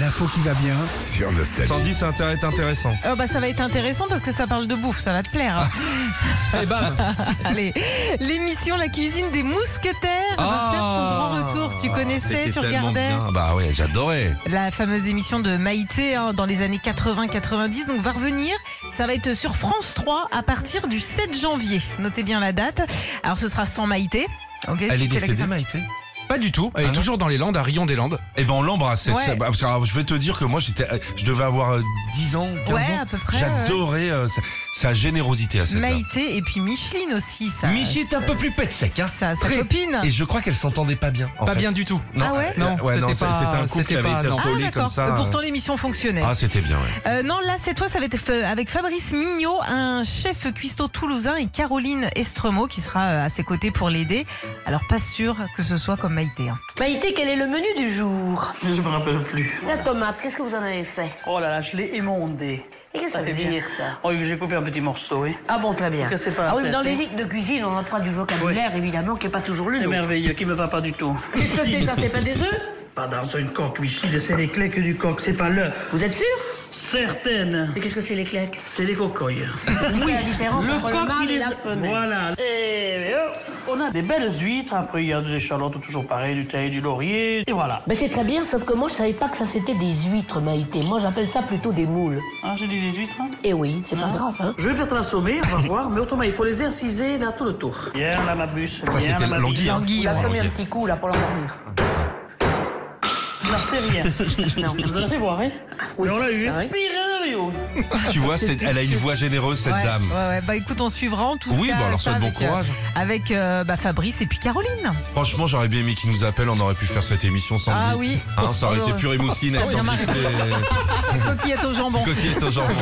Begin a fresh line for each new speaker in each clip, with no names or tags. L'info qui va bien.
sur Nostalgie.
110, inter- est intéressant.
Oh bah ça va être intéressant parce que ça parle de bouffe, ça va te plaire. hein.
Et bam
Allez, l'émission La cuisine des mousquetaires va
Ah.
faire son grand retour. Tu connaissais, tu regardais
Bah ouais, j'adorais.
la fameuse émission de Maïté hein, dans les années 80-90. Donc va revenir. Ça va être sur France 3 à partir du 7 janvier. Notez bien la date. Alors ce sera sans Maïté. Ok, si c'est la question.
Maïté
Pas du tout. Elle est
Ah non.
toujours dans les Landes, à Rion des Landes.
Eh ben on l'embrasse. cette-
Ouais.
cette- parce que, alors, je vais te dire que moi j'étais, euh, je devais avoir euh, 10 ans, 15
Ouais,
ans.
à peu près,
J'adorais euh, sa, sa générosité à cette dame.
Maïté et puis Micheline aussi. Ça,
Michi est un peu plus pète sec, hein.
sa, sa
Très.
copine.
Et je crois qu'elle s'entendait pas bien. en
Pas
fait.
bien du tout.
Non,
Ah ouais
euh,
Non, c'était
non, c'est-
pas-
c'était un couple qui
c'était
avait
pas-
été
non.
collé
ah
comme
d'accord.
ça.
Pourtant l'émission fonctionnait.
Ah, c'était bien, ouais.
Euh, non, là, cette fois, ça va être fa- avec Fabrice Mignot, un chef cuistot toulousain, et Caroline Estremeau qui sera euh, à ses côtés pour l'aider. Alors, pas sûr que ce soit comme Maïté. hein.
Maïté, quel est le menu du jour
Je ne me rappelle plus.
La tomate, qu'est-ce que vous en avez fait
Oh là là, je l'ai émondé.
Et qu'est-ce que ça veut
bien.
dire, ça
Oh, j'ai coupé un petit morceau, oui.
Ah bon, très bien.
Que c'est pas la
ah oui, mais
tête,
dans les
oui.
rites de cuisine, on emploie du vocabulaire, évidemment, qui n'est pas toujours le
C'est
nôtre.
merveilleux, qui me va pas du tout.
Qu'est-ce que c'est, ça C'est pas des œufs
Pas dans une coque, Michel, c'est les clés que du coq, c'est pas l'œuf.
Vous êtes sûr
Certaines,
Mais qu'est-ce que c'est les claques
c'est les cocoilles.
Oui, la différence entre le mâle
il
et
est-
la femelle.
Voilà. Et oh, on a des belles huîtres, après il y a des échalotes toujours pareil, du thé, du laurier, et voilà.
Mais c'est très bien, sauf que moi, je savais pas que ça c'était des huîtres, Maïté. Moi, j'appelle ça plutôt des moules.
Hein, j'ai dit des huîtres, hein
Eh oui, c'est pas grave, hein
Je vais peut-être l'assommer, on va voir, mais autrement, il faut les inciser là tout le tour. Bien, là, ma buse.
Ça,
bien,
c'était
là, ma
l'anguille.
buse.
hein.
Vous la semez un petit coup, là, pour l'endormir.
On n'en sait rien.
Non.
Vous allez voir, hein
Oui,
Mais on l'a eu.
c'est
hein.
vrai.
Pire, hein, Léo.
Tu vois, c'est- elle a une voix généreuse, cette
ouais,
dame.
ouais, ouais. Bah écoute, on suivra en tout
Oui,
cas.
bah, alors,
ça
seul bon
avec, euh,
courage.
Avec euh, bah, Fabrice et puis Caroline.
Franchement, j'aurais bien aimé qu'il nous appelle. On aurait pu faire cette émission sans
Ah
lui.
oui.
Hein, ça aurait été pure et mousseline
Ça
avec
aurait
son
bien
petit
Ah Coquillette au jambon.
coquillette au jambon.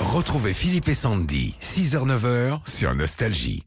Retrouvez Philippe et Sandy, 6h-9h sur Nostalgie.